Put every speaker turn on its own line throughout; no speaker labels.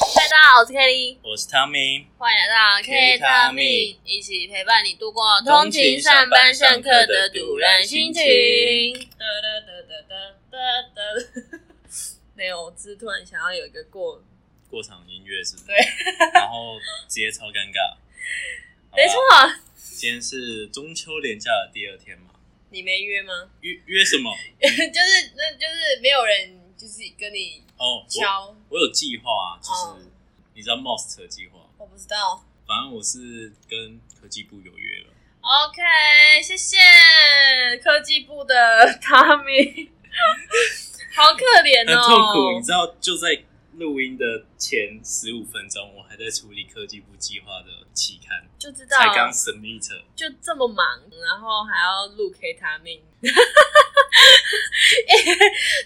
我是 Kelly，
我是 Tommy，
欢迎来到 K
K
他
他
命
命，
一起陪伴你度过通勤、上班、上课的堵然心情。哒哒哒哒哒哒哒。没有，我只是突然想要有一个过，
过场音乐是不是？
对，
然后直接超尴尬。好吧
没错，，
今天是中秋连假的第二天嘛，
你没约吗？
约约什么？
就是那就是没有人就是跟你
哦，我
敲，
我有计划啊，就是、
哦
你知道 Most 的计划，
我不知道。
反正我是跟科技部有约了。
OK，谢谢科技部的 Tommy，好可怜
很
哦，
痛苦，你知道，就在录音的前十五分钟，我还在处理科技部计划的期刊，
就知道
才刚 submit，
就这么忙，然后还要录 K 他命，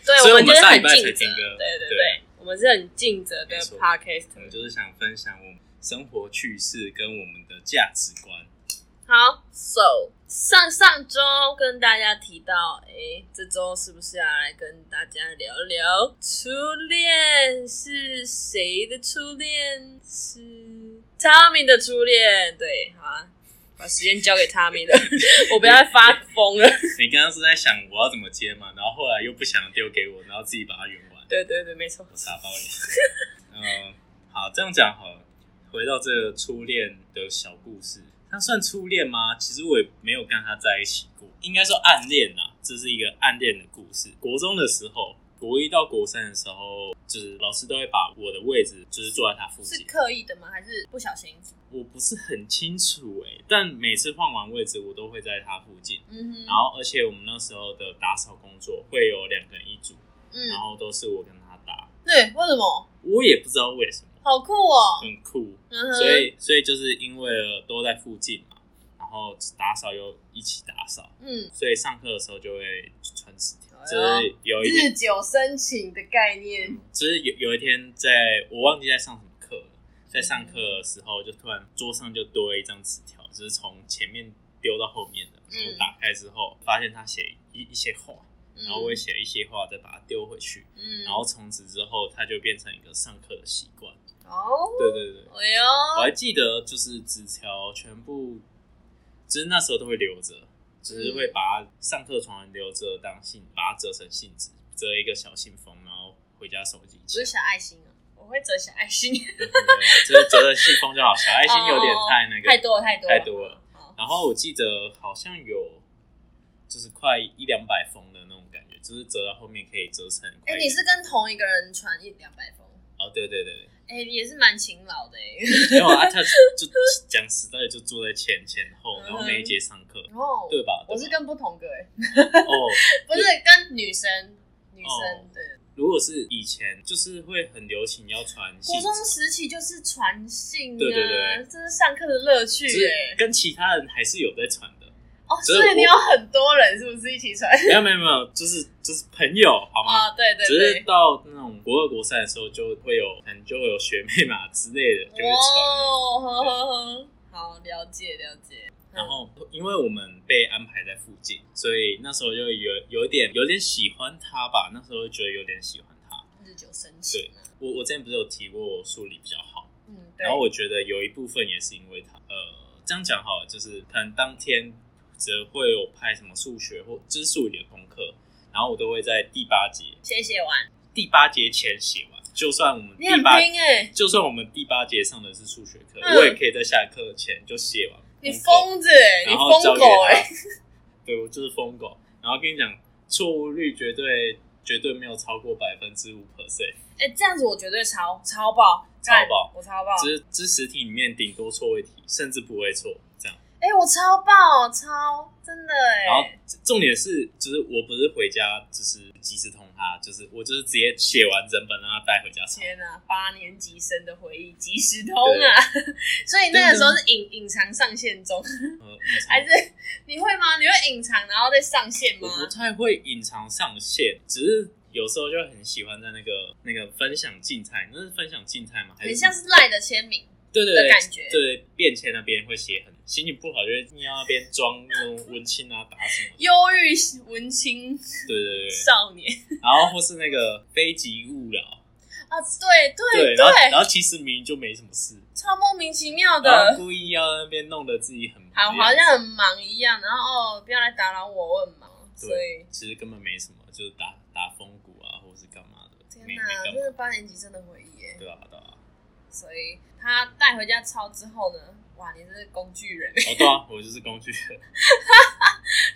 对，
所以
我
我
们就
们
是
上礼
很
拜才
尽责，
停歌
对对
对
对，我们是很尽责的
没错
podcast
我。们就是想分享我们生活趣事跟我们的价值观。
好，so 上上周跟大家提到，诶，这周是不是要来跟大家聊聊初恋是谁的初恋？是 Tommy 的初恋，对，好啊，把时间交给 Tommy 了， 我不要再发疯了。
你刚刚是在想我要怎么接嘛，然后后来又不想丢给我，然后自己把它圆完，
对对对，没错。
我傻爆眼。嗯，好，这样讲好了。回到这个初恋的小故事，他算初恋吗？其实我也没有跟他在一起过，应该说暗恋啦。这是一个暗恋的故事。国中的时候，国一到国三的时候，就是老师都会把我的位置就是坐在他附
是
近。
刻意的吗？还是不小心？
我不是很清楚诶、但每次换完位置，我都会在他附近。
嗯哼，
然后，而且我们那时候的打扫工作会有两个人一组，
嗯
然，后都是我跟他打。
对，为什么？
我也不知道为什么，
好酷哦！
很酷。
嗯哼，
所以，所以就是因为了都在附近嘛，然后打扫又一起打扫，
嗯，
所以上课的时候就会穿纸条。
哎
就
呦
是有一嗯
日
天，
久生情的概念，
就是有有一天在，我忘记在上什么课了，在上课的时候就突然桌上就多了一张纸条，就是从前面丢到后面的，然
嗯
后打开之后发现他写一一些话，然后我也写了一些话，再把它丢回去，
嗯，
然后从此之后它就变成一个上课的习惯。
哦，
对对对。
哎呦，
我还记得，就是纸条全部，就是那时候都会留着，就是
嗯
会把它上课传完留着当信，把它折成信纸，折一个小信封，然后回家收集
不
起来
是。小爱心啊，我会折小爱心，
对对对就是折成信封就好，小爱心有点太那个。
哦太多了太多了
太多了。
好
然后我记得好像有，就是快一两百封的那种感觉，就是折到后面可以折成快。
哎，你是跟同一个人传一两百封？
哦，对对对对。
哎，你也是蛮勤劳的哎。
没有啊，他就讲实在，就坐在前前后，然后每一节上课，
哦，
对吧？对吧
我是跟不同个哎，
哦。
不是跟女生，女
哦
生对。
如果是以前，就是会很流行要传信
国中
纸，
时期就是传信啊，
对对对
这是上课的乐趣
就是
哎。
跟其他人还是有在传的。
哦，
就是
所以你有
我
很多人是不是一起 传？
没有没有没有，就是就是朋友好吗？
啊，对对
只是
对，
到那种国二国三的时候，就会有可能就会有学妹嘛之类的，就会传。
哦，呵呵呵，好了解了解，
然后，因为我们被安排在附近，所以那时候就有有点有点喜欢他吧。那时候觉得有点喜欢他。
日久生情啊，
我我之前不是有提过我数理比较好，
嗯，对
然，后我觉得有一部分也是因为他，呃，这样讲好了，就是可能当天只会有拍什么数学或知数理的功课，然后我都会在第八节
先写完，
第八节前写完，就算我们
你很
第八。
拼哎，
就算我们第八节上的是数学课，
嗯
我也可以在下课前就写完功课。
你疯子哎，你
然后
疯
交给
狗
他。
哎，
对，我就是疯狗。然后跟你讲，错误率绝对绝对没有超过百分之五 percent，
哎，这样子我绝对超超爆，
超爆
干我超爆，
知知识题里面顶多错位题，甚至不会错这样。
哎，我超爆，超真的
然后
哎，
重点是，就是我不是回家，就是及时通他，就是我就是直接写完整本让他带回家抄。
天哪，八年级生的回忆即时通啊， 所以那个时候是隐隐藏上线中，
呃，隐藏
还是你会吗？你会隐藏然后再上线吗
我？不太会隐藏上线，只是有时候就很喜欢在那个那个分享竞赛，那是分享竞赛吗？还
很
是
像是赖的签名，
对对
的
对
感觉
对便签那边会写很心情不好，就会硬要那边装那种文青啊，打什么的？
忧郁文青
对对对对，
少年。
然后或是那个非级勿扰，
啊，对对
对，然后然后其实明明就没什么事，
超莫名其妙
然后
的，
故意要那边弄得自己很
好
不
好
要
像很忙一样。然后哦，不要来打扰我，我很忙。所以
对，其实根本没什么，就是打打风鼓啊，或是干嘛的，
天
没没
哪，
干
这是
嘛，
八年级生的回忆耶。
对啊对啊，
所以他带回家抄之后呢，哇，你真是工具人，
哦对啊，我 就是工具人。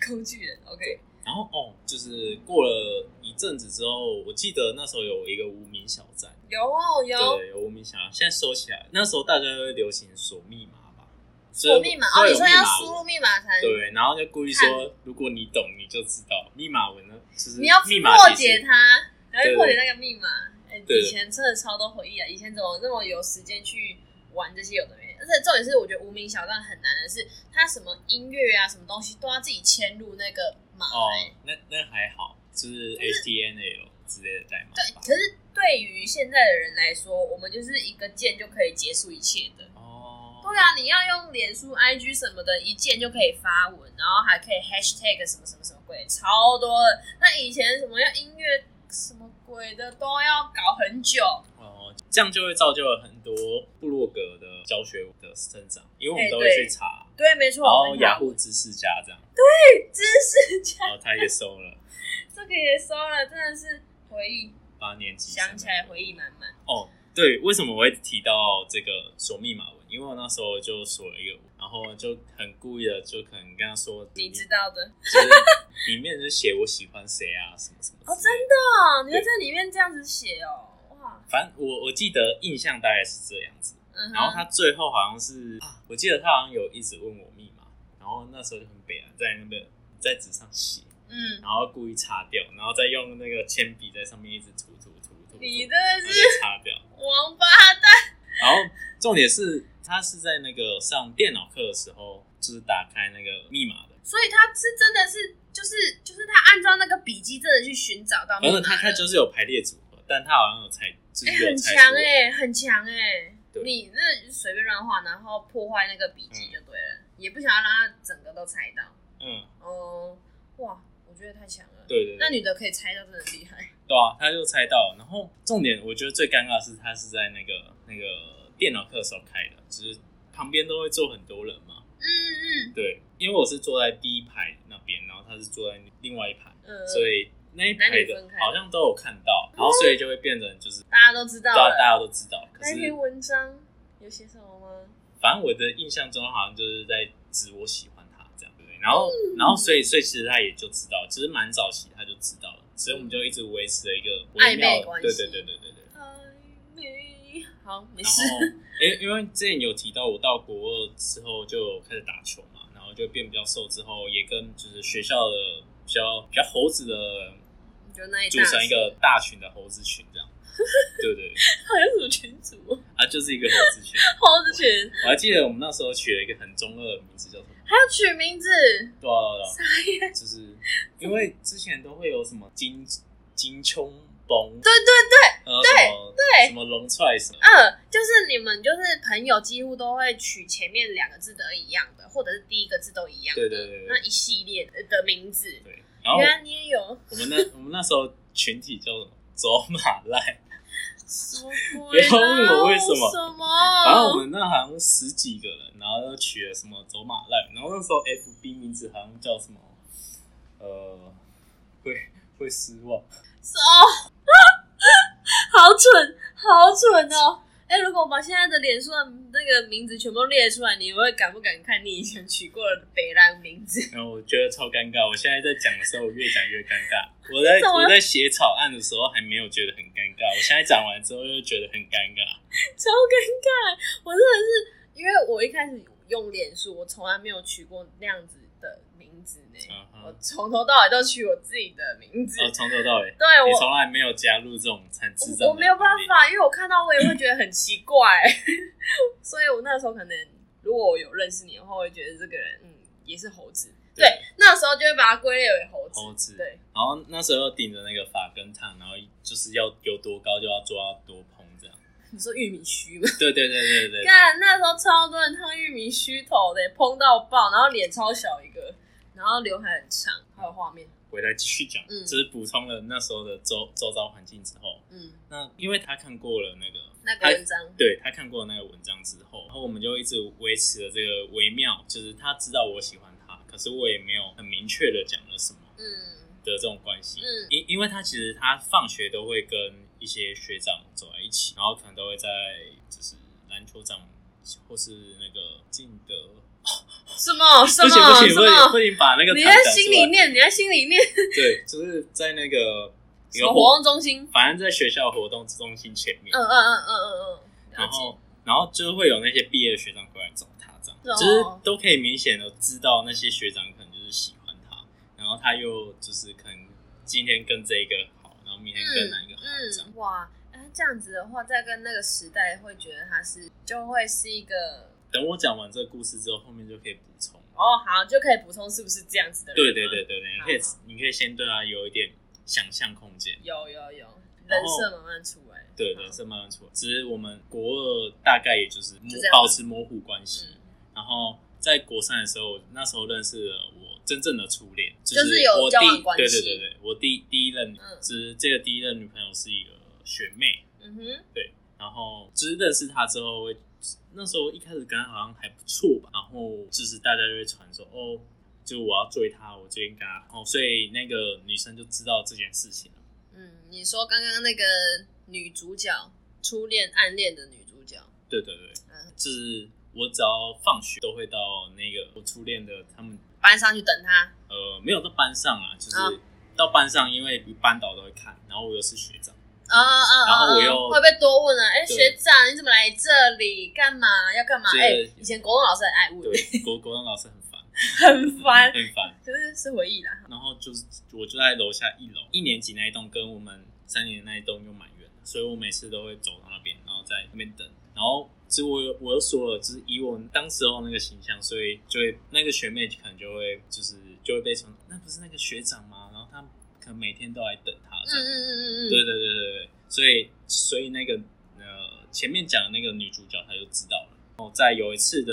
工具人。OK，
然后哦，就是过了一阵子之后，我记得那时候有一个无名小站，
有哦有，
对，有无名小站，现在收起来了。那时候大家会流行锁密码吧？
输密码哦，
就是
你
会
说
有
要
密码
输
文
入密码才
对，然后就故意说，如果你懂你就知道密码文呢，就是
你要
密码
破
提
解
示
它，然后
对
破解那个密码。哎
对
以前真的超多回忆啊！以前怎么那么有时间去玩这些有的没的？而且重点是，我觉得无名小站很难的是，它什么音乐啊、什么东西都要自己嵌入那个码、
哦
哎，
那那还好，就是 HTML 之类的代码吧。
可是对于现在的人来说，我们就是一个键就可以结束一切的。
哦，
对啊，你要用脸书、IG 什么的，一键就可以发文，然后还可以 hashtag 什么什么什么鬼，超多的。那以前什么要音乐什么鬼的都要搞很久，
哦，这样就会造就了很多部落格的教学的生长，因为我
哎
们都会
对
去查，
对，没错。
然后
我跟你
雅
讲
虎知识家这样，
知识家
然后他也 收了
这个也收了，真的是回忆，
八年级生的。
想起来回忆满满。
哦，对，为什么我会提到这个锁密码文？因为我那时候就锁了一个文，然后就很故意的，就可能跟他说，
你知道的
就是里面就写我喜欢谁啊，什么什么之类
哦，真的哦，你在这里面这样子写哦，哇，
反正我我记得印象大概是这样子。
嗯哼，
然后他最后好像是，啊、我记得他好像有一直问我密码，然后那时候就很北然，在那个在纸上写，
嗯，
然后故意擦掉，然后再用那个铅笔在上面一直涂涂涂涂，涂
你真
然
的
后
是
再擦掉。
王八蛋，
然后重点是，他是在那个上电脑课的时候，就是打开那个密码的，
所以他是真的是就是就是他按照那个笔记真的去寻找到密
反
码
正嗯他他就是有排列组合，但他好像有猜，就是
哎
有
很
猜
强
出
哎、很强哎、
对
你那随便乱画，然后破坏那个笔记就对了，也不想要让他整个都猜到。
嗯，
哦、哇，我觉得太强了。
对对
那
对，
女的可以猜到，真的很厉害。
对啊，他就猜到了。然后重点，我觉得最尴尬的是，他是在那个那个电脑课的时候开的，就是旁边都会坐很多人嘛。
嗯嗯
对，因为我是坐在第一排那边，然后他是坐在另外一排，
嗯，
所以那一排
男女分
的
开
好像都有看到，然后所以就会变成就是
大家都知道
大家
了。
大家都知道，可
哦那
是
篇文章有写什么吗？
反正我的印象中好像就是在指我喜欢他这样，对不对？然后，
嗯
然后所以所以其实他也就知道，其实蛮早期他就知道了，所以我们就一直维持了一个微妙
暧昧
的
关系
对对对对对对。
暧昧。好，没
然
事。
后，因为因为之前有提到，我到国二之后就开始打球嘛，然后就变比较瘦之后，也跟就是学校的比较比较猴子的
就那一
组
大
成一个大群的猴子群这样，对对对，
还有什么群主？
啊就是一个猴子群。
猴子群，
我还记得我们那时候取了一个很中二的名字，叫什么？
还要取名字。
对啊对啊对啊
哎呀，
就是因为之前都会有什么金金冲崩，
对对对，
然后什么
对
什么龙踹什么，
嗯，就是你们就是朋友，几乎都会取前面两个字都一样的，或者是第一个字都一样的，
对对对对
那一系列的名字。
对，然后
原来你也有，
我们那我们那时候群体叫什么走马赖，
什么
别问我为什么
什么？
然后我们那好像十几个人，然后就取了什么走马赖，然后那时候 FB 名字好像叫什么，呃，会会失望，
哦， 好蠢，好蠢哦！哎、如果我把现在的脸书的那个名字全部列出来，你会敢不敢看你以前取过的北兰名字？
然后我觉得超尴尬，我现在在讲的时候，我越讲越尴尬。我在
怎么了
我在写草案的时候还没有觉得很尴尬，我现在讲完之后又觉得很尴尬。
超尴尬！我真的是，因为我一开始用脸书，我从来没有取过那样子的名字呢。
嗯哼
我从头到尾都取我自己的名字。
哦，从头到 尾，
对
你
我
从来没有加入这种产智障，
我，我没有办。法，因为我看到我也会觉得很奇怪， 所以我那时候可能如果我有认识你的话，我会觉得这个人嗯也是猴子。对
对，
那时候就会把它归类为猴子。
猴子
对，
然后那时候又顶着那个发根烫，然后就是要有多高就要做到多蓬这样。
你说玉米须吗？
对对对对对对。
干，那时候超多人烫玉米须头的，碰到爆，然后脸超小一个，然然后刘海很长，还有画面，
回来继续讲，
嗯
只是补充了那时候的周周遭环境之后，
嗯，
那因为他看过了那个
那个
他
文章，
对他看过那个文章之后，然后我们就一直维持了这个微妙，就是他知道我喜欢他，可是我也没有很明确的讲了什么
嗯
的这种关系。
嗯
因因为他其实他放学都会跟一些学长走在一起，然后可能都会在就是篮球场或是那个进德，
什么什
不行不
么
行
什
不行，不
么？
行把那个
你
团
在
讲
心
出
里
来，
念，你在心里念
对，就是在那个
什么活动中心？
反正在学校活动中心前面，
嗯嗯嗯嗯嗯嗯，了
然
解
后然后就会有那些毕业的学长过来找他，这样，
哦
就是都可以明显的知道那些学长可能就是喜欢他，然后他又就是可能今天跟这一个好，然后明天跟哪一个好，这样
嗯，哇，哎，这样子的话，再跟那个时代会觉得它是就会是一个
等我讲完这个故事之后，后面就可以补充。
哦，好就可以补充是不是这样子的人？
对对对，对对，你可以
好
你可以先对他有一点想象空间。
有有有，
然
人
后
设慢慢出来，
对，人生慢慢出来，只是我们国二大概也就是模
就这样
保持模糊关系，
嗯，
然后在国三的时候，那时候认识了我真正的初恋，就
就是有
我
交往
第
关
对
系
对对对，我第第一任，
嗯
就是这个第一任女朋友是一个学妹，
嗯哼，
然后就是认识她之后，我那时候一开始跟她好像还不错吧，然后就是大家就会传说哦，就我要追她，我最近跟她，然后所以那个女生就知道这件事情了。
嗯，你说刚刚那个女主角初恋暗恋的女主角，
对对对，
嗯，
就是我只要放学都会到那个我初恋的他们
搬上去等她，
呃，没有到班上啊，就是
啊
到班上，因为班导都会看，然后我又是学长，
啊啊啊！
然后我
啊
又
会不会多问啊？哎，
对
学长，你怎么来这里？干嘛？要干嘛？
对
哎，以前国文老师很爱问，
对，国国中老师很烦，
很烦，
很烦。
可是是回忆啦。
然后就是我就在楼下一楼，一年级那一栋跟我们三年级那一栋又蛮远的，所以我每次都会走到那边，然后在那边等。然后其实我有我又说了，就是以我当时候那个形象，所以就会那个学妹可能就会就是就会被称那不是那个学长吗？然后他可能每天都来等他
嗯嗯
这样。
嗯嗯嗯，
对对对对对，所以所以那个呃前面讲的那个女主角她就知道了。哦，在有一次的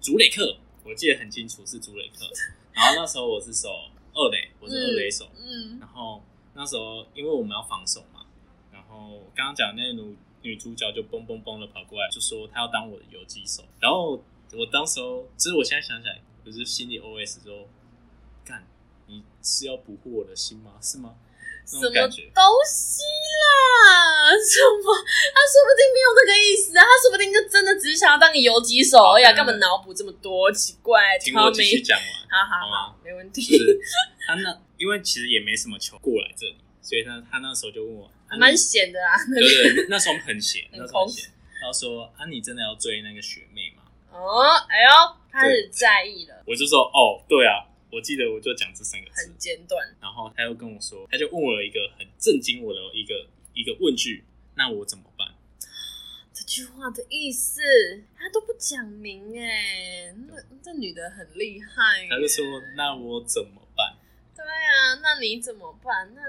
竹垒课，我记得很清楚是竹垒课，然后那时候我是守二垒，我是二垒手，
嗯，
然后那时候因为我们要防守嘛，然后我刚刚讲的那个女女主角就蹦蹦蹦的跑过来，就说她要当我的游击手，然后我当时候，其实我现在想起来，我就心里 OS 说，干，你是要捕获我的心吗？是吗？
什
那
么
种感觉。
东西啦？ 什么？他说不定没有这个意思啊，他说不定就真的只是想要当你游击手而已啊，
好
干嘛脑补这么多？奇怪，
哦嗯听
超
我继续
没，
讲完。
好好
好
好，没问
哦就
题，
是他那，因为其实也没什么球过来这里，所以呢，他那时候就问我，啊
还蛮
你
闲的啦。
对对，那时候很闲，
很
那时候
空
很闲。他说：“啊，你真的要追那个学妹吗
哦，哎呦，开始在意了？”，
我就说：“哦，对啊，我记得我就讲这三个字
很。简短”。
然后他又跟我说，他就问我了一个很震惊我的一个一个问句：“那我怎么办
这句话的意思，他都不讲明哎，那这女的很厉害？”耶。
他就说：“那我怎么办
对啊，那你怎么办？那？”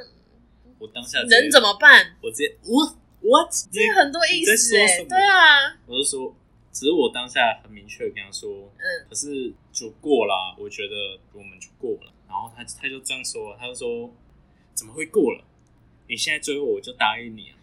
我当下直接
人怎么办？
我直接我 what
这个很多意思哎、
你在说什么
对啊，
我就说，只是我当下很明确的跟他说，
嗯，
可是就过啦，我觉得我们就过了。然后他他就这样说，他就说怎么会过了？你现在追我，我就答应你啊。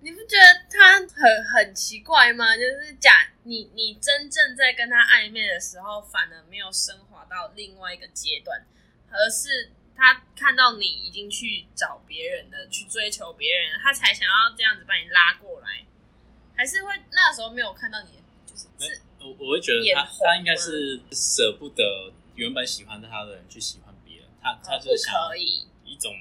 你不觉得他很很奇怪吗？就是假你你真正在跟他暧昧的时候，反而没有升华到另外一个阶段，而是他看到你已经去找别人的，去追求别人，他才想要这样子把你拉过来，还是会那时候没有看到你，就是是
我我会觉得
眼
他
红
他应该是舍不得原本喜欢他的人去喜欢别人，他他
啊呃不
就想要
可以
一种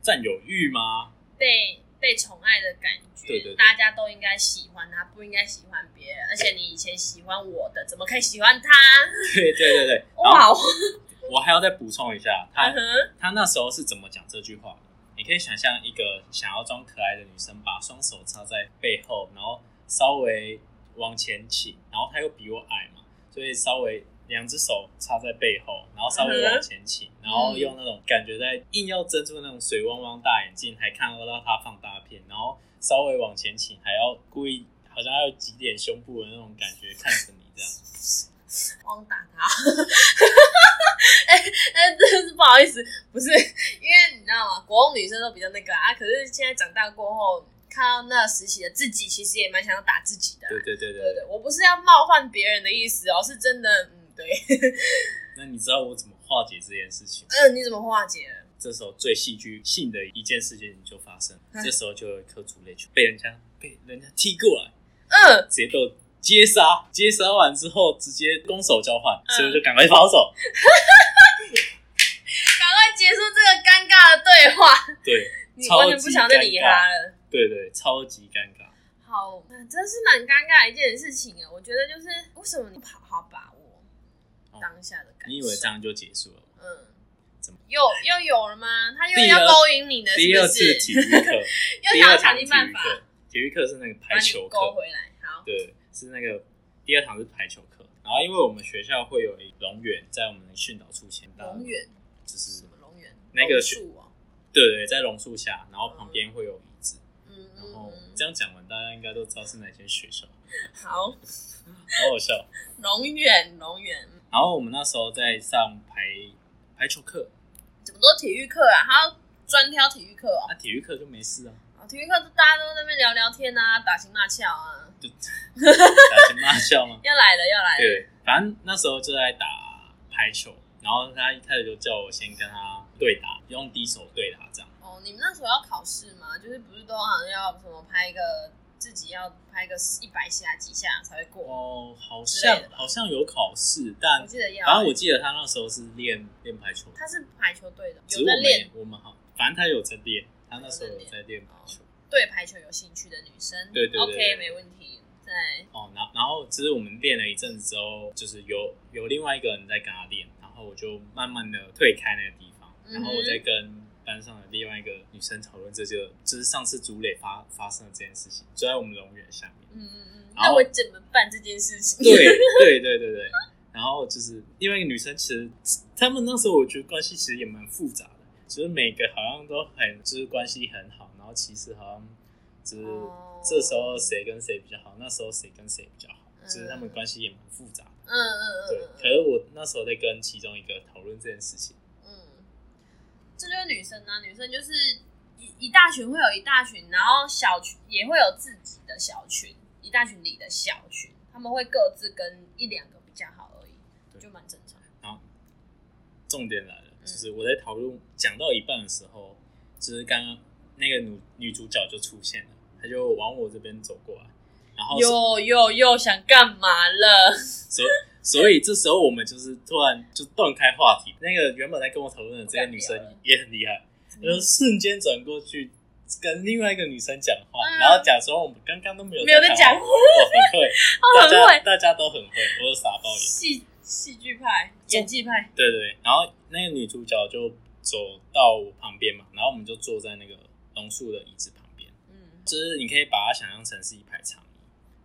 占有欲吗？
被被宠爱的感觉，
对对对
大家都应该喜欢他，不应该喜欢别人。而且你以前喜欢我的，怎么可以喜欢他？
对对对对。然
哇
后
哦，
我还要再补充一下，他
嗯哼，
他那时候是怎么讲这句话的？你可以想象一个想要装可爱的女生，把双手插在背后，然后稍微往前倾，然后她又比我矮嘛，所以稍微两只手插在背后，然后稍微往前倾，然后用那种感觉在硬要睁出那种水汪汪大眼睛，还看得到她放大片，然后稍微往前倾，还要故意好像要挤 点胸部的那种感觉看着你这样。
光打他，哎意思，不是因为你知道吗？国中女生都比较那个啊，可是现在长大过后，看到那时期的自己，其实也蛮想要打自己的啊、
对对
对
对对
对对，
对。
我不是要冒犯别人的意思哦，是真的，嗯，对，
那你知道我怎么化解这件事情？
嗯，你怎么化解了？
这时候最戏剧性的一件事情就发生，
哎
这时候就有一颗竹垒球被人家被人家踢过来，
嗯，
直接被接杀，接杀完之后直接攻守交换，
嗯
所以我就赶快跑走。
赶快结束这个尴尬的对话，
对
你
超
完全不
级
想再理
尴
他
尬
了。
对对，超级尴尬。
好，那真是蛮尴尬的一件事情啊！我觉得就是为什么你不好好把握
哦
当下的感受？
你以为这样就结束了吗？
嗯，
怎么
又又有了吗？他又
第
要
二
勾引你的，
第
是
二
不
次
是？
体育 课，
又想
第
要
二
想
堂
尽
体
办
育
法
课，体育课是那个
把
排
你勾
球课，
回来。好，
对，是那个第二堂是排球课。然后因为我们学校会有一龙远在我们的训导处前，
龙远
就是
什么龙远？
那个
龙
是
树哦，
对对，在榕树下，然后旁边会有椅子。
嗯
然后
嗯，
这样讲完，大家应该都知道是哪间学校，
嗯好，
好好笑。
龙远龙远，嗯
然后我们那时候在上排排球课，
怎么都体育课啊？他要专挑体育课哦。
啊，体育课就没事啊，
啊体育课大家都在那边聊聊天啊，打情骂俏啊，
就打情骂俏 吗？
要来了要来了，
对，反正那时候就在打排球，然后他一开始就叫我先跟他对打，用低手对打这样。
哦，你们那时候要考试吗？就是不是都好像要什么拍一个自己要拍个一百下几下才会过？
哦，好
之类
像
的吧
好像有考试，
我
但
记得要。
反正我记得他那时候是练练排球，
他是排球队的，
只
有
是我
在
们
练
也我们好，反正他有在练，他那时候有在练排球。
对排球有兴趣的女生。
对对对
o
对
k 没问题。在
哦，然后然后其实我们练了一阵子之后，就是有有另外一个人在跟他练，然后我就慢慢的退开那个地方，然后我再跟班上的另外一个女生讨论这个，就是上次竹磊发发生的这件事情，就在我们龙园下面。
嗯嗯嗯，
然
那
后
我怎么办这件事 情？
对对对对对，然后就是另外一个女生，其实他们那时候我觉得关系其实也蛮复杂的，就是每个好像都很就是关系很好，然后其实好像就是
哦
这时候谁跟谁比较好，那时候谁跟谁比较好，就是他们
嗯
关系也蛮复杂的。
嗯嗯
对
嗯，
可
嗯
是我那时候在跟其中一个讨论这件事情，
嗯，这就是女生啊，女生就是一一大群会有一大群，然后小群也会有自己的小群，一大群里的小群，他们会各自跟一两个比较好而已，
对
就蛮正常。
然后重点来了，
嗯
就是我在讨论讲到一半的时候，就是刚刚那个女女主角就出现了，她就往我这边走过来，然后
又又又想干嘛了？
所所以这时候我们就是突然就断开话题。那个原本在跟我讨论的这个女生也很厉害，然后瞬间转过去跟另外一个女生讲话，
嗯
然后假装我们刚刚都没有
没有在讲
讲话，我很 会，
她
大
很
家
会
大家都很会，我是傻包眼。
戏戏剧
哦
派、演技派，
对对，然后那个女主角就走到我旁边嘛，然后我们就坐在那个榕树的椅子旁边，
嗯
就是你可以把它想象成是一排长椅。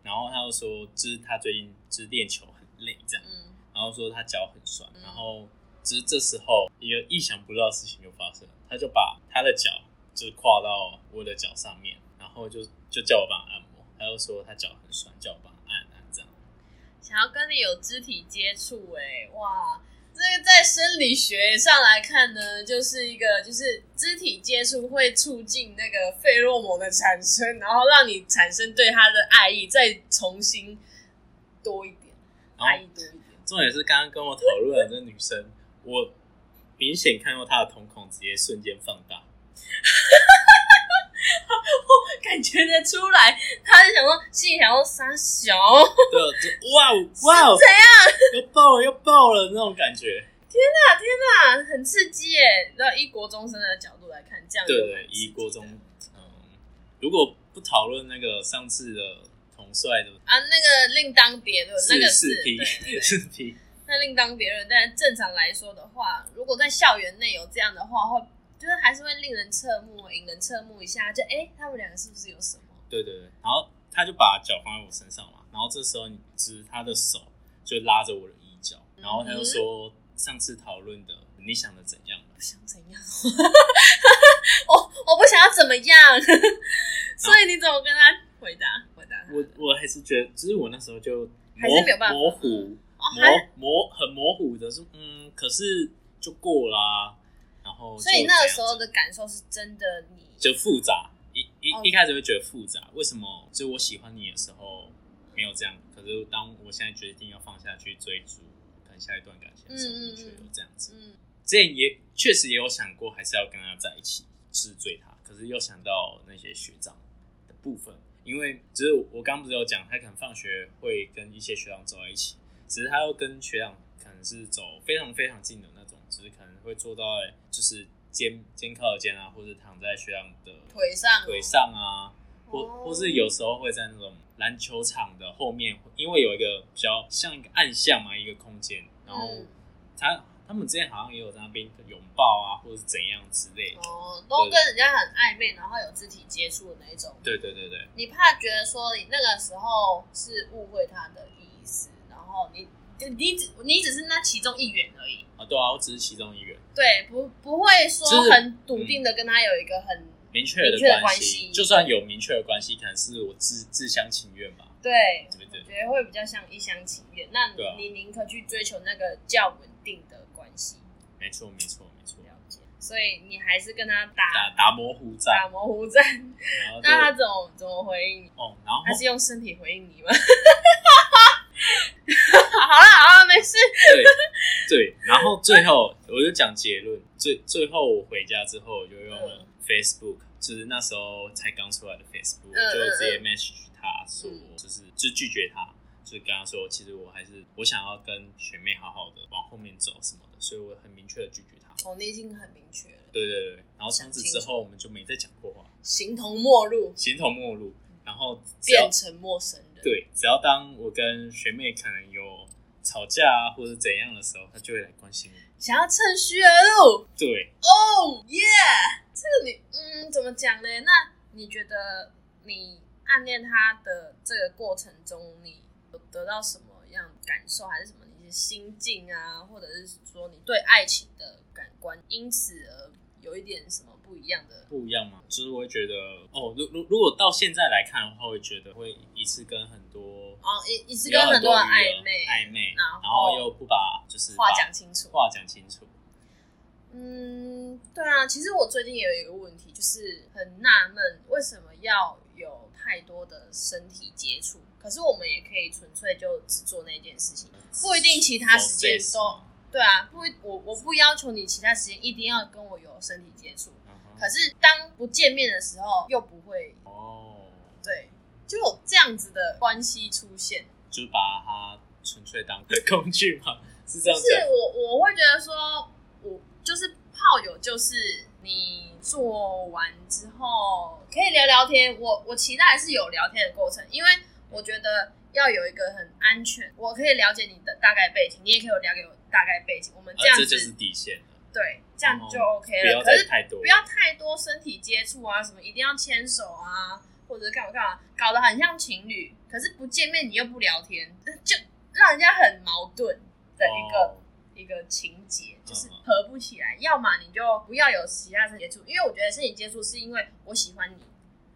然后她就说，就是她最近就是练球很累这样。
嗯，
然后说他脚很酸
嗯，
然后只是这时候一个意想不到的事情就发生了，他就把他的脚就是跨到我的脚上面，然后就就叫我帮他按摩，他就说他脚很酸，叫我帮他按按这样。
想要跟你有肢体接触，哎，哇，这个在生理学上来看呢，就是一个就是肢体接触会促进那个费洛蒙的产生，然后让你产生对他的爱意，再重新多一点，
然
爱
后
意多一点。
重点是刚刚跟我讨论的这女生，我明显看到她的瞳孔直接瞬间放大，
感觉得出来，他是想说，心里想说傻小，
对，就哇哦哇哦，怎样？又爆了又爆了那种感觉。
那很刺激耶！那以国中生的角度来看，这样
对
就蛮
对，
刺激
一
的
锅中，嗯，如果不讨论那个上次的统帅的
啊，那个另当别论，那个是
四批
对对对
四批，
那另当别论。但正常来说的话，如果在校园内有这样的话，会就是还是会令人侧目，引人侧目一下，就哎、诶他们两个是不是有什么？
对对对。然后他就把脚放在我身上嘛，然后这时候你只他的手就拉着我的衣角，然后他就说上次讨论的你想的怎样了？
不想怎样， 我我不想要怎么样， 所以你怎么跟他回答？回答他
我我还是觉得，就是我那时候就
还
模
是没有办法
模糊
哦，还
嗯模模很模糊的是，嗯，可是就过啦、后就
所以那个时
这样
候
子
的感受是真的你，
就复杂，一一
哦
一开始会觉得复杂，为什么？就我喜欢你的时候没有这样，可是当我现在决定要放下去追逐，可能下一段感情的时候，
嗯嗯嗯
却有这样子。
嗯，
之前也确实也有想过，还是要跟他在一起，是追他，可是又想到那些学长的部分，因为只是我刚不是有讲，他可能放学会跟一些学长走在一起，只是他又跟学长可能是走非常非常近的那种，只是可能会坐到就是肩肩靠肩啊，或者躺在学长的
腿上哦
腿上啊，或
哦
或是有时候会在那种篮球场的后面，因为有一个比较像一个暗巷嘛，一个空间，然后
嗯
他他们之间好像也有在那边拥抱啊，或者是怎样之类的。
哦，都跟人家很暧昧，然后有肢体接触的那一种。
对对对对，
你怕觉得说你那个时候是误会他的意思，然后你你你只你只是那其中一员而已，
啊对啊，我只是其中一员，
对，不不会说
就是
很笃定的跟他有一个很、
明确的
明确的
关
关系
就算有明确的关系，可能是我自自相情愿吧，
对，
对不对
我？觉得会比较像一厢情愿。那
对啊
你宁可去追求那个较稳定的关系，
没错没错没错，
了解。所以你还是跟他打
打打模糊
打
战，
模糊战，
然后就
那他怎么怎么回应你？
哦，然后
他是用身体回应你吗？ 好了好了，没事。
对 对，然后最后我就讲结论，最最后我回家之后，我就用
嗯
了 Facebook，、就是那时候才刚出来的 Facebook，、
嗯
就直接
嗯
message 他说，
嗯
就是就拒绝他，就是跟他说，其实我还是我想要跟学妹好好的往后面走什么的，所以我很明确的拒绝他。
哦，你已经很明确了，
对对对，然后从此
想清
之
楚
后我们就没再讲过话，
形同陌路，
形同陌路。然后只要
变成陌生人。，
啊对，只要当我跟学妹可能有吵架啊，或者怎样的时候，她就会来关心我。
想要趁虚而入。
对，
哦耶！这个你嗯，怎么讲呢？那你觉得你暗恋他的这个过程中，你有得到什么样的感受，啊还是什么你的心境啊，或者是说你对爱情的感官，因此而有一点什么不一样的？
不一样吗？就是我会觉得，哦，如如如果到现在来看的话，我会觉得会一次跟很多
哦，一一次
有
跟很
多
多人
余
暧
的
昧，
暧昧，
然
然
后
又不把就是
话
把
讲清楚。
话讲清楚，
嗯，对啊，其实我最近也有一个问题，就是很纳闷，为什么要有太多的身体接触？可是我们也可以纯粹就只做那件事情，不一定其他时间都对啊，不，我我不要求你其他时间一定要跟我有身体接触，
嗯哼
可是当不见面的时候又不会，
哦，
对，就有这样子的关系出现。
就是把它纯粹当工具嘛，是这样
是
子。
我我会觉得说，我就是炮友，就是你做完之后可以聊聊天。我我期待是有聊天的过程，因为我觉得要有一个很安全，我可以了解你的大概背景，你也可以了解我大概背景。我们
呃
这样子、
这就是底线了，
对，这样就 OK
不
了。
要
可
再
是
太多，
不要太多身体接触啊，什么一定要牵手啊，或者干嘛干嘛，搞得很像情侣，可是不见面你又不聊天， 就让人家很矛盾的一个、
哦
一个情节，就是
嗯嗯
合不起来。要么你就不要有其他身体接触，因为我觉得身体接触是因为我喜欢你，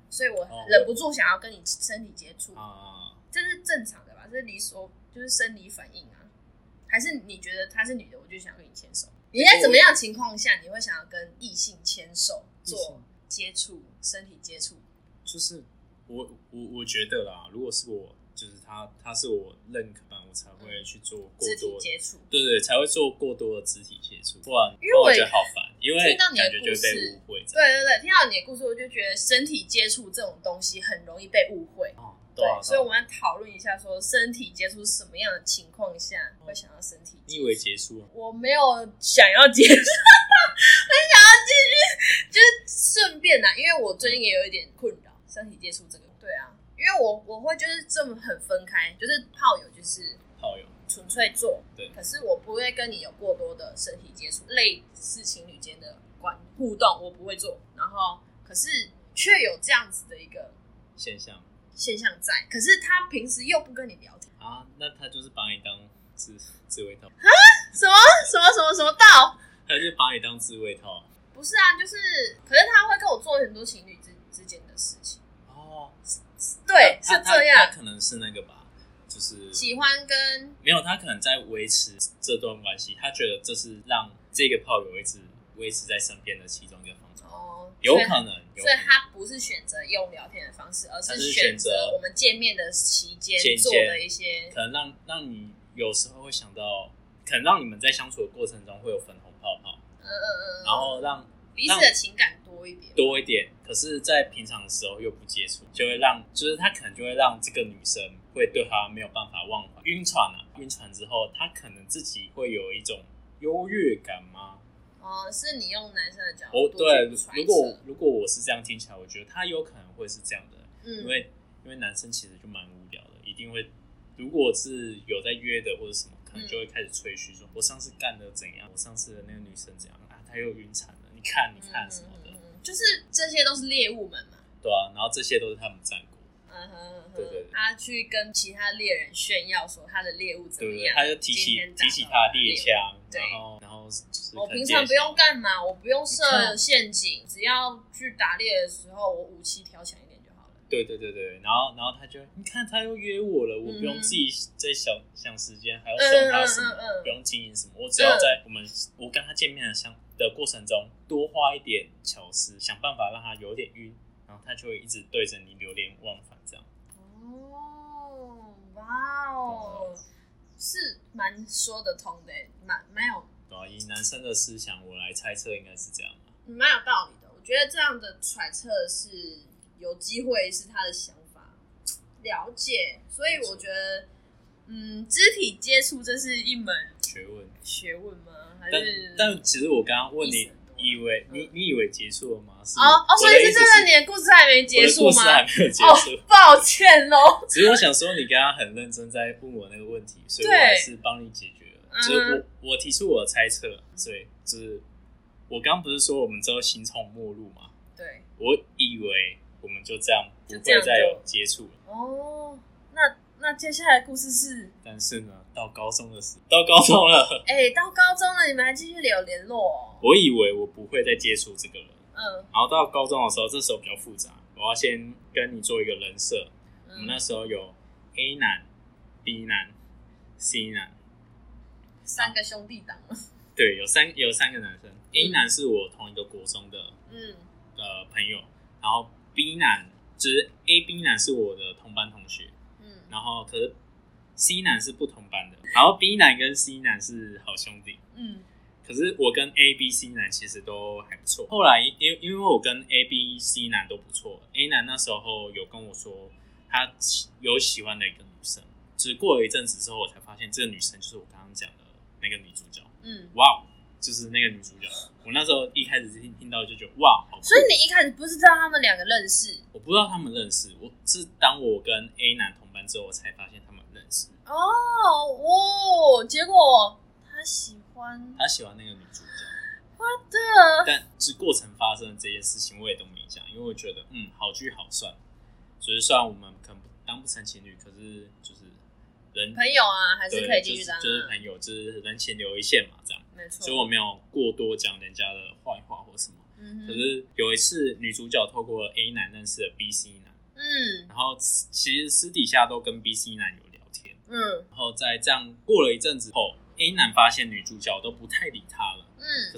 所以我
哦
忍不住想要跟你身体接触，
啊，
这是正常的吧？这是理所，就是生理反应啊。还是你觉得她是女的，我就想跟你牵手？你在怎么样情况下你会想要跟异性牵手
异
做
性
接触、身体接触？
就是我我我觉得啦，如果是我，就是他他是我认可版，我才会去做过
嗯肢体
多的，
接触。
对对，才会做过多的肢体接触，不然
因为我
不然觉得好烦，因为
听到你的
感觉就会
故
被
事
误会这
对
样。
对对，听到你的故事，我就觉得身体接触这种东西很容易被误会。
哦，
对
对啊，，
所以
对啊
我们要讨论一下，说身体接触是什么样的情况下
嗯
会想要身体接
啊你
触？
以为结束了？
我没有想要 结束，我想要继续，就是顺便啊啦，因为我最近也有一点困扰身体接触这个。对啊，因为我我会就是这么很分开，就是炮友就是
炮友，
纯粹做，
对
可是我不会跟你有过多的身体接触，类似情侣间的关互动，我不会做。然后可是却有这样子的一个
现象
现象在，可是他平时又不跟你聊天，
啊，那他就是把你当自自慰套，
什么什么什么什么道？
他就把你当自慰套。
不是啊，就是，可是他会跟我做很多情侣之之间的事情，
哦，
对，是
他他
这
他
样，
可能是那个吧，就是
喜欢跟
没有，他可能在维持这段关系，他觉得这是让这个炮友一直维持在身边的其中一个方法，
哦，
有
所以
可能，有
所以
可能。
他不是选择用聊天的方式，而
他是
选
选
择
择
我们见面的期间
间接
做的一些
可能让让你有时候会想到，可能让你们在相处的过程中会有粉红泡泡，
嗯嗯嗯，
然后让
彼此的情感多一点。
多一点，可是，在平常的时候又不接触，就会让，就是他可能就会让这个女生会对他没有办法忘怀，晕船啊，晕船之后，他可能自己会有一种优越感吗？
哦，是你用男生的角
哦
度，
对
去揣，测
如果如果我是这样听起来，我觉得他有可能会是这样的，
嗯，
因为因为男生其实就蛮无聊的，一定会，如果是有在约的或者什么，可能就会
嗯
开始吹嘘说，我上次干的怎样，我上次的那个女生怎样啊，她又晕船了，你看你看什么的，
嗯嗯嗯就是这些都是猎物们嘛。
对啊，然后这些都是他们战果。
嗯哼嗯哼
对对对
他去跟其他猎人炫耀说他的猎物怎
对
么
不对？
样？
他就提起
今天打
提
到
起他的猎
哪
枪，
对
然后然后就是
我
可能
平常
猎
不用
枪
干嘛，我不用
你
设
看
陷阱，只要去打猎的时候，我武器挑强一点就好了。
对对对对，然后然后他就你看他又约我了，我不用
嗯
自己在想想时间，还要
嗯
送
嗯
他
嗯
什么
嗯，
不用经营什么，我只要在我们我跟他见面的相的过程中多花一点巧思，想办法让他有点晕，然后他就会一直对着你流连忘返这样。
哦，哇哦，是蛮说得通的，蛮蛮有
然后啊以男生的思想，我来猜测应该是这样吧。
蛮有道理的。我觉得这样的揣测是有机会是他的想法了解，所以我觉得，嗯，肢体接触这是一门
学问，
学问吗？还
但
是
但其实我刚刚
嗯
问
意思
你
很多，
以为你
嗯
你以为结束了吗？是
哦哦，
我
所
的
以
意
是
思
真的，你的故事还没结束
我的故事还
吗？
没有结束，
哦，抱歉哦喽。
只是我想说，你刚刚很认真在问我那个问题，所以我
对
还是帮你解决了。就
嗯
是我我提出我的猜测，所以就是我刚不是说我们之后形同陌路嘛？
对，
我以为我们就这样不
就
会
这样
再有
就
接触了，
哦，那那接下来的故事是，
但是呢，到高中的时候，到高中了，
哎、到高中了，你们还继续有联络、哦？
我以为我不会再接触这个人，
嗯，
然后到高中的时候，这时候比较复杂，我要先跟你做一个人设，我们那
嗯
时候有 A 男、B 男、C 男，
三个兄弟党。
对，有三有三个男生，A 男是我同一个国中的
嗯
呃朋友，然后 B 男就是 A B 男是我的同班同学，
嗯，
然后可是 C 男是不同班的，然后 B 男跟 C 男是好兄弟，
嗯
可是我跟 A B C 男其实都还不错。后来因因为我跟 A B C 男都不错，A 男那时候有跟我说他喜有喜欢的一个女生，只过了一阵子之后，我才发现这个女生就是我刚刚讲的那个女主角。
嗯。
哇哦，就是那个女主角。我那时候一开始听听到就觉得哇，好酷
所以你一开始不是知道他们两个认识
我不知道他们认识，我是当我跟 A 男同班之后，我才发现他们认识。
哦哦，结果他喜欢
他喜欢那个女主角，
的，
但是过程发生的这件事情我也都没讲，因为我觉得嗯，好聚好散。所以虽然我们可能当不成情侣，可是就是人
朋友啊，还
对
是可以继续
就
当、啊
是，就是朋友，就是人情留一线嘛，这样。
没错。
所以我没有过多讲人家的坏话或什么。
嗯哼
可是有一次，女主角透过 A 男认识了 B、C 男，
嗯
然后其实私底下都跟 B、C 男有聊天。
嗯
然后在这样过了一阵子后，A 男发现女主角都不太理他了。可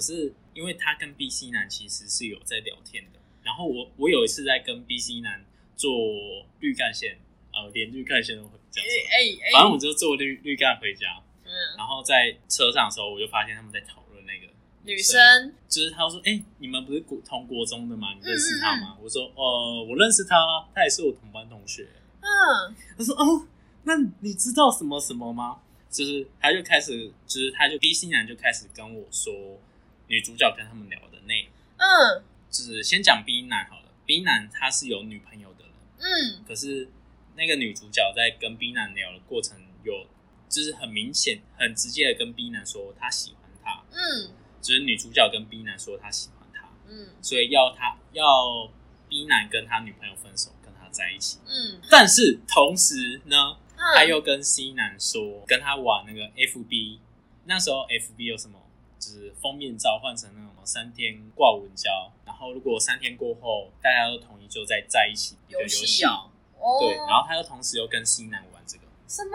嗯
是因为他跟 B、C 男其实是有在聊天的。然后我我有一次在跟 B、C 男做绿干线，呃，连绿干线都会讲什么，
哎哎
反正我就坐绿绿干回家。
嗯，
然后在车上的时候，我就发现他们在讨论那个
女生
就是他说，哎、你们不是国同国中的吗？你认识他吗？我说，呃，我认识他啊，他也是我同班同学。
嗯
他说，哦，那你知道什么什么吗？就是他就开始，就是他就 B 新男就开始跟我说女主角跟他们聊的内容，
嗯
就是先讲 B 男好了。B 男他是有女朋友的人，
嗯
可是那个女主角在跟 B 男聊的过程有，就是很明显、很直接的跟 B 男说她喜欢他，
嗯
就是女主角跟 B 男说她喜欢他。
嗯
所以要他要 B 男跟他女朋友分手，跟他在一起。
嗯，
但是同时呢，他
还
又跟 C 男说，跟他玩那个 FB，那时候 FB 有什么？就是封面照换成那种三天挂文胶，然后如果三天过后大家都同意，就再在一起一个
游
游
戏
戏。
哦，哦
对，然后他又同时又跟 C 男玩这个，
什么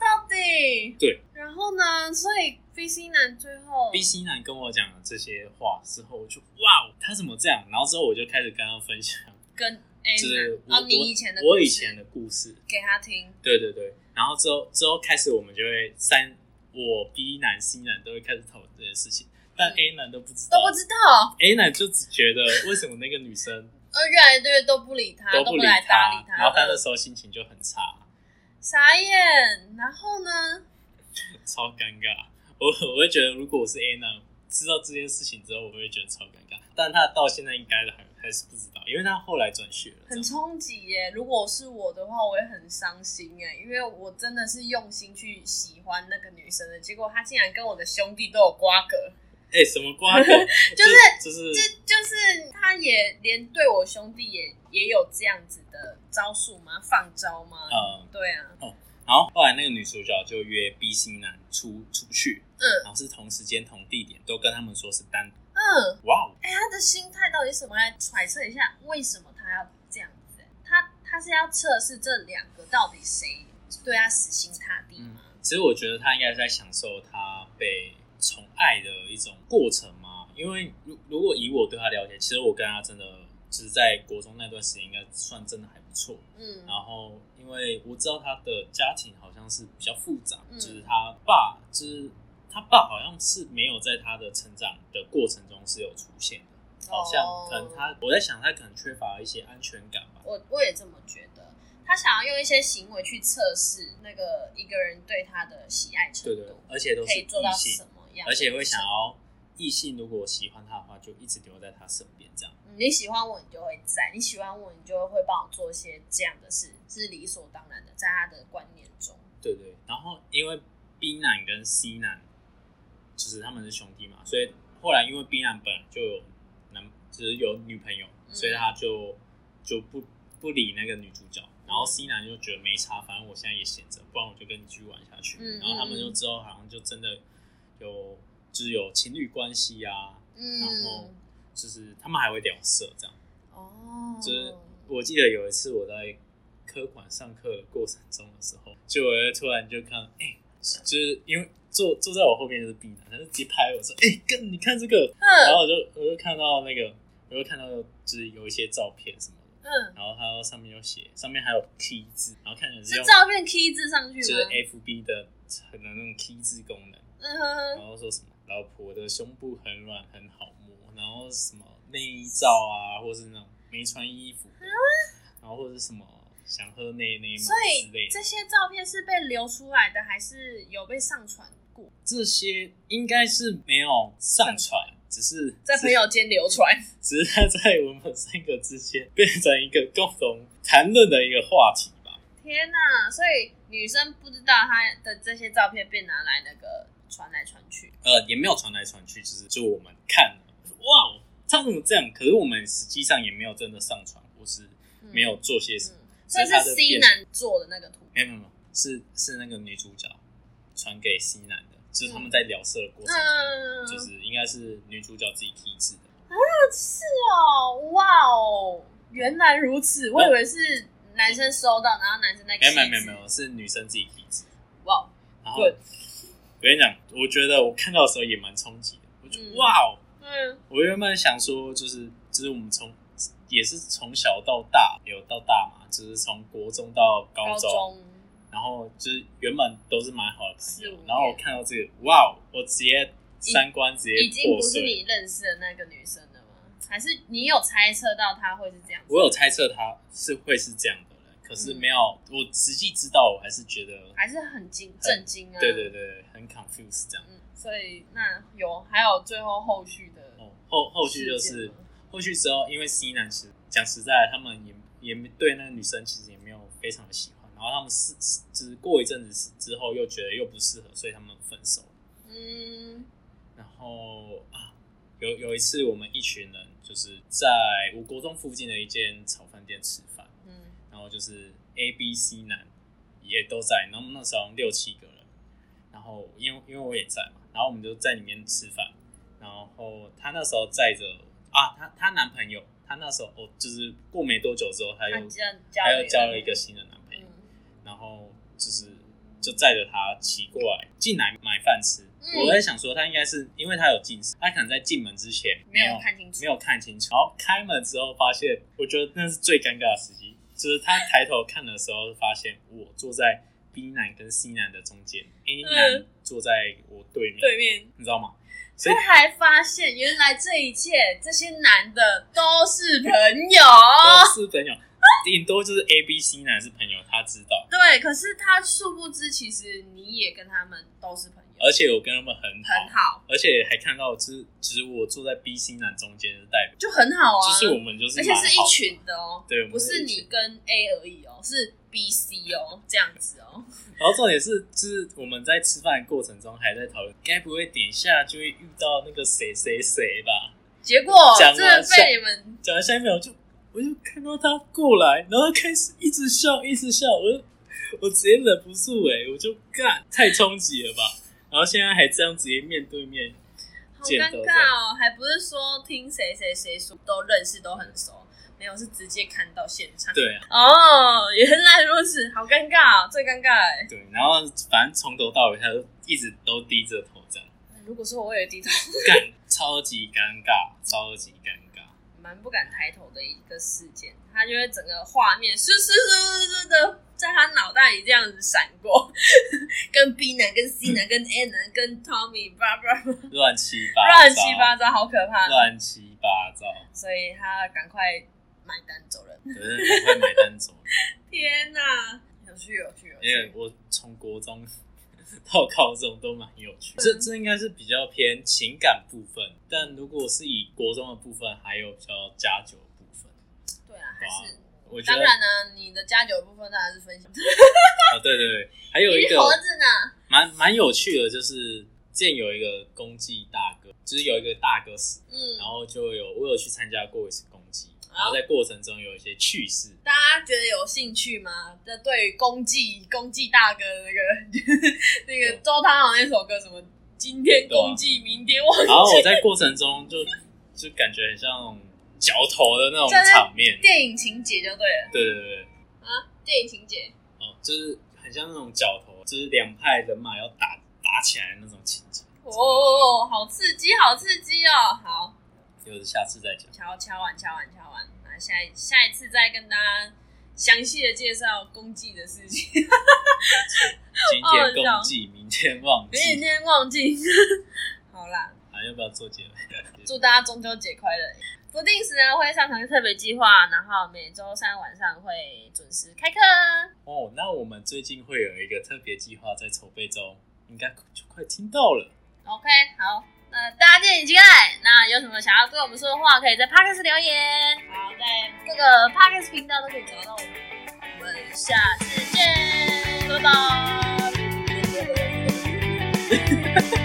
到底
对，
然然后呢，所以 B C 男最后
B C 男跟我讲了这些话之后，我就哇，他怎么这样？然后之后我就开始跟他分享，
跟 A
就是我、
男哎哦，你
我
以前的
我
故
以
事
前的故事，
给他听，
对对对。然后之后之后开始我们就会三我 B 男 C 男都会开始讨论这件事情，但
嗯
A 男都不知道
都不知道，
，A 男就只觉得为什么那个 女生
呃，越来越都不理他，啊都
不理
来搭理
然后他
了
那时候心情就很差。
傻眼。然后呢，
超尴尬。我我会觉得，如果我是 A 男，知道这件事情之后，我会觉得超尴尬。但他到现在应该还还是不知道，因为他后来转学了。这
很
样
冲击耶。如果是我的话，我也很伤心哎，因为我真的是用心去喜欢那个女生的，结果她竟然跟我的兄弟都有瓜葛，
哎、什么瓜葛？
就是
就
就是就是他也连对我兄弟也也有这样子的招数吗？放招吗？
呃，
对啊，
然后后来那个女主角就约 B 型男出出去，
嗯
然后是同时间同地点，都跟他们说是单独。
嗯，
哇哦，
哎、他的心态到底是什么？来揣测一下，为什么他要这样子、他他是要测试这两个到底谁对他死心塌地
嗯
吗？，
其实我觉得他应该是在享受他被宠爱的一种过程嘛。因为如如果以我对他了解，其实我跟他真的就是在国中那段时间，应该算真的还不错。
嗯
然后因为我知道他的家庭好像是比较复杂，
嗯
就是他爸，就是他爸好像是没有在他的成长的过程中是有出现的，好像
哦
可能他，我在想他可能缺乏一些安全感吧。
我我也这么觉得。他想要用一些行为去测试那个一个人对他的喜爱程
对对，
度，
而且都
可
是
以做到
异
什
性，
么样，
而且会想要异性如果喜欢他的话，就一直留在他身边这样。
嗯你喜欢我，你就会在；你喜欢我，你就会帮我做一些这样的事，是理所当然的，在他的观念中。
对对，然后因为 B 男跟 C 男就是他们是兄弟嘛，所以后来因为 B 男本来就有男，就是有女朋友，
嗯
所以他就就不不理那个女主角。然后 C 男就觉得没差，反正我现在也闲着，不然我就跟你继续玩下去。
嗯
然后他们就
嗯嗯
之后好像就真的有就是有情侣关系啊，然后
嗯，
就是他们还会聊色这样。
哦，
就是我记得有一次我在科管上课的过程中的时候，就我会突然就看，哎、就是因为坐坐在我后面就是 B 男，他就直接拍我说，哎、跟你看这个，然
嗯
后我就我就看到那个，我就看到就是有一些照片什么的，
嗯，
然后它上面有写，上面还有 K 字，然后看起来是
是
用
照片 key 字上去
就是
吗？
FB 的很能那种 K 字功能，
嗯哼
然后说什么老婆的胸部很软很好摸，然后什么内衣照啊，或是那种没穿衣服
啊
的，然后或者什么想喝内内嘛
所
之
以
类的
这，些照片是被流出来的，还是有被上传过，
这些应该是没有上传，只是
在朋友间流传？
只是 他在我们三个之间变成一个共同谈论的一个话题吧。
天哪！所以女生不知道她的这些照片被拿来那个传来传去。
呃，也没有传来传去，就是就我们看了，哇，他怎么这样？可是我们实际上也没有真的上传，或是
嗯
没有做些什么。
嗯，所以
是他
是
的
C
变
男做的那个图。
没有没有，没有，是是那个女主角传给西南的，就是他们在聊色的过程中，
嗯，
就是应该是女主角自己提制的。
是哦，哇哦，原来如此，我以为是男生收到，然后男生在
没
给
有没有没有没有，是女生自己提制。
哇哦，
然后
对
我跟你讲，我觉得我看到的时候也蛮冲击的，我就、
嗯
哇哦！
嗯
我原本想说，就是就是我们从也是从小到大，有到大嘛，就是从国中到
高
高中，然后就是原本都是蛮好的朋
四五
友
年，
然后我看到这个，哇哦！我直接三观直
已
接
经
破
不是
碎。
你认识的那个女生了吗？还是你有猜测到她会是这样子？
我有猜测他是会是这样的人，可是没有，我实际知道，我还是觉得，
嗯还是很惊震惊啊！
对对，对，很 confused 这样。
嗯，所以那有还有最后后续的
哦，后后续就
嗯事
是
件吗
后续之后，因为 C 男其实讲实在，他们也也没对那个女生其实也没有非常的喜欢，然后他们是是就是过一阵子之后又觉得又不适合，所以他们分手了。
嗯
然后啊，有有一次我们一群人就是在我国中附近的一间炒饭店吃饭。
嗯
然后就是 A、B、C 男也都在，然后那时候好像六七个人，然后因为因为我也在嘛，然后我们就在里面吃饭，然后她那时候载着啊，她她男朋友，她那时候哦，就是过没多久之后，她
她
又
交
她又交了一
女
个嗯
儿
新的男朋友，
嗯
然后就是就载着他骑过来，进来买饭吃。
嗯
我在想说，他应该是因为他有近视，他可能在进门之前
没
有
有看清楚
没有看清楚，然后开门之后发现，我觉得那是最尴尬的时机，就是他抬头看的时候，发现我坐在 B 男跟 C 男的中间，A
嗯
男坐在我对面，
哦
对面
你知道吗？所以
他还发现，原来这一切这些男的都是朋友。
都是朋友，顶多就是 A、B、C 男是朋友，他知道，
对，可是他殊不知，其实你也跟他们都是朋友，
而且我跟他们很
很好，
而且还看到就是，只我坐在 B、C 男中间的代表，
就很好啊。
就是我们就是
而且
蛮
是
好
一
的
群的哦，
对我们
不
是
是
一群
你跟 A 而已哦，是 B、C 哦，这样子哦。
然后重点是，就是我们在吃饭的过程中还在讨论，该不会等一下就会遇到那个谁谁谁吧？
结果
讲啊完
真的
下
被你们
讲完下一秒就，我就看到他过来，然后开始一直笑，一直笑，我就 我直接忍不住哎、我就干，太冲击了吧！然后现在还这样直接面对面，
好
见
尴
到
尬哦，还不是说听谁谁谁说都认识都很熟，没有是直接看到现场。
对啊，
哦，原来如此，好尴尬、哦，最尴尬哎。
对，然后反正从头到尾他都一直都低着头这样，
如果说我也低头，
干，超级尴尬，超级尴尬。
蛮不敢抬头的一个事件，他就会整个画面嗖嗖嗖嗖嗖的在他脑袋里这样子闪过， 跟 B 男、跟 C 男、跟 A 男、跟 Tommy，叭叭叭
乱七八糟
乱七八糟，好可怕。
乱七八糟，
所以他赶快买单走人。
可是很会买单走，
天哪，有趣有趣有
因为
趣。
我从国中 到高中都蛮有趣。这这应该是比较偏情感部分，但如果是以国中的部分，还有比较家酒的部分，
对啊，还是
我觉
当
得
然呢、你的加酒部分当然是分享。
啊，对对对，还 有一
你
个
猴子呢？
蛮蛮有趣的，就是之前有一个公祭大哥，就是有一个大哥死，
嗯哦
然，后就有我有去参加过一次公祭，
好
然后在过程中有一些趣事，
大家觉得有兴趣吗？那对于公祭公祭大哥的那个 那个周汤豪那首歌什么？今天
啊
公祭，明天忘
然后我在过程中就 就感觉很像绞头的那种场面，
电影情节就对了
对对对，
啊，电影情节。
哦、就是很像那种绞头，就是两派人马要打打起来的那种情景。
哦，好刺激，好刺激哦！好，
就是下次再讲。
敲敲完，敲完，敲完，那下一下一次再跟大家详细的介绍公祭的事情，
今天共济，明天忘记，
明天忘记。 好啦，
还要不要做结尾？
祝大家中秋节快乐！不定时呢会上传特别计划，然后每周三晚上会准时开课。
哦，那我们最近会有一个特别计划在筹备中，应该就快听到了。
OK，好，那大家敬请期待。那有什么想要对我们说的话，可以在 Podcast 留言，好，在各个 Podcast 频道都可以找到我们。我们下次见，拜拜。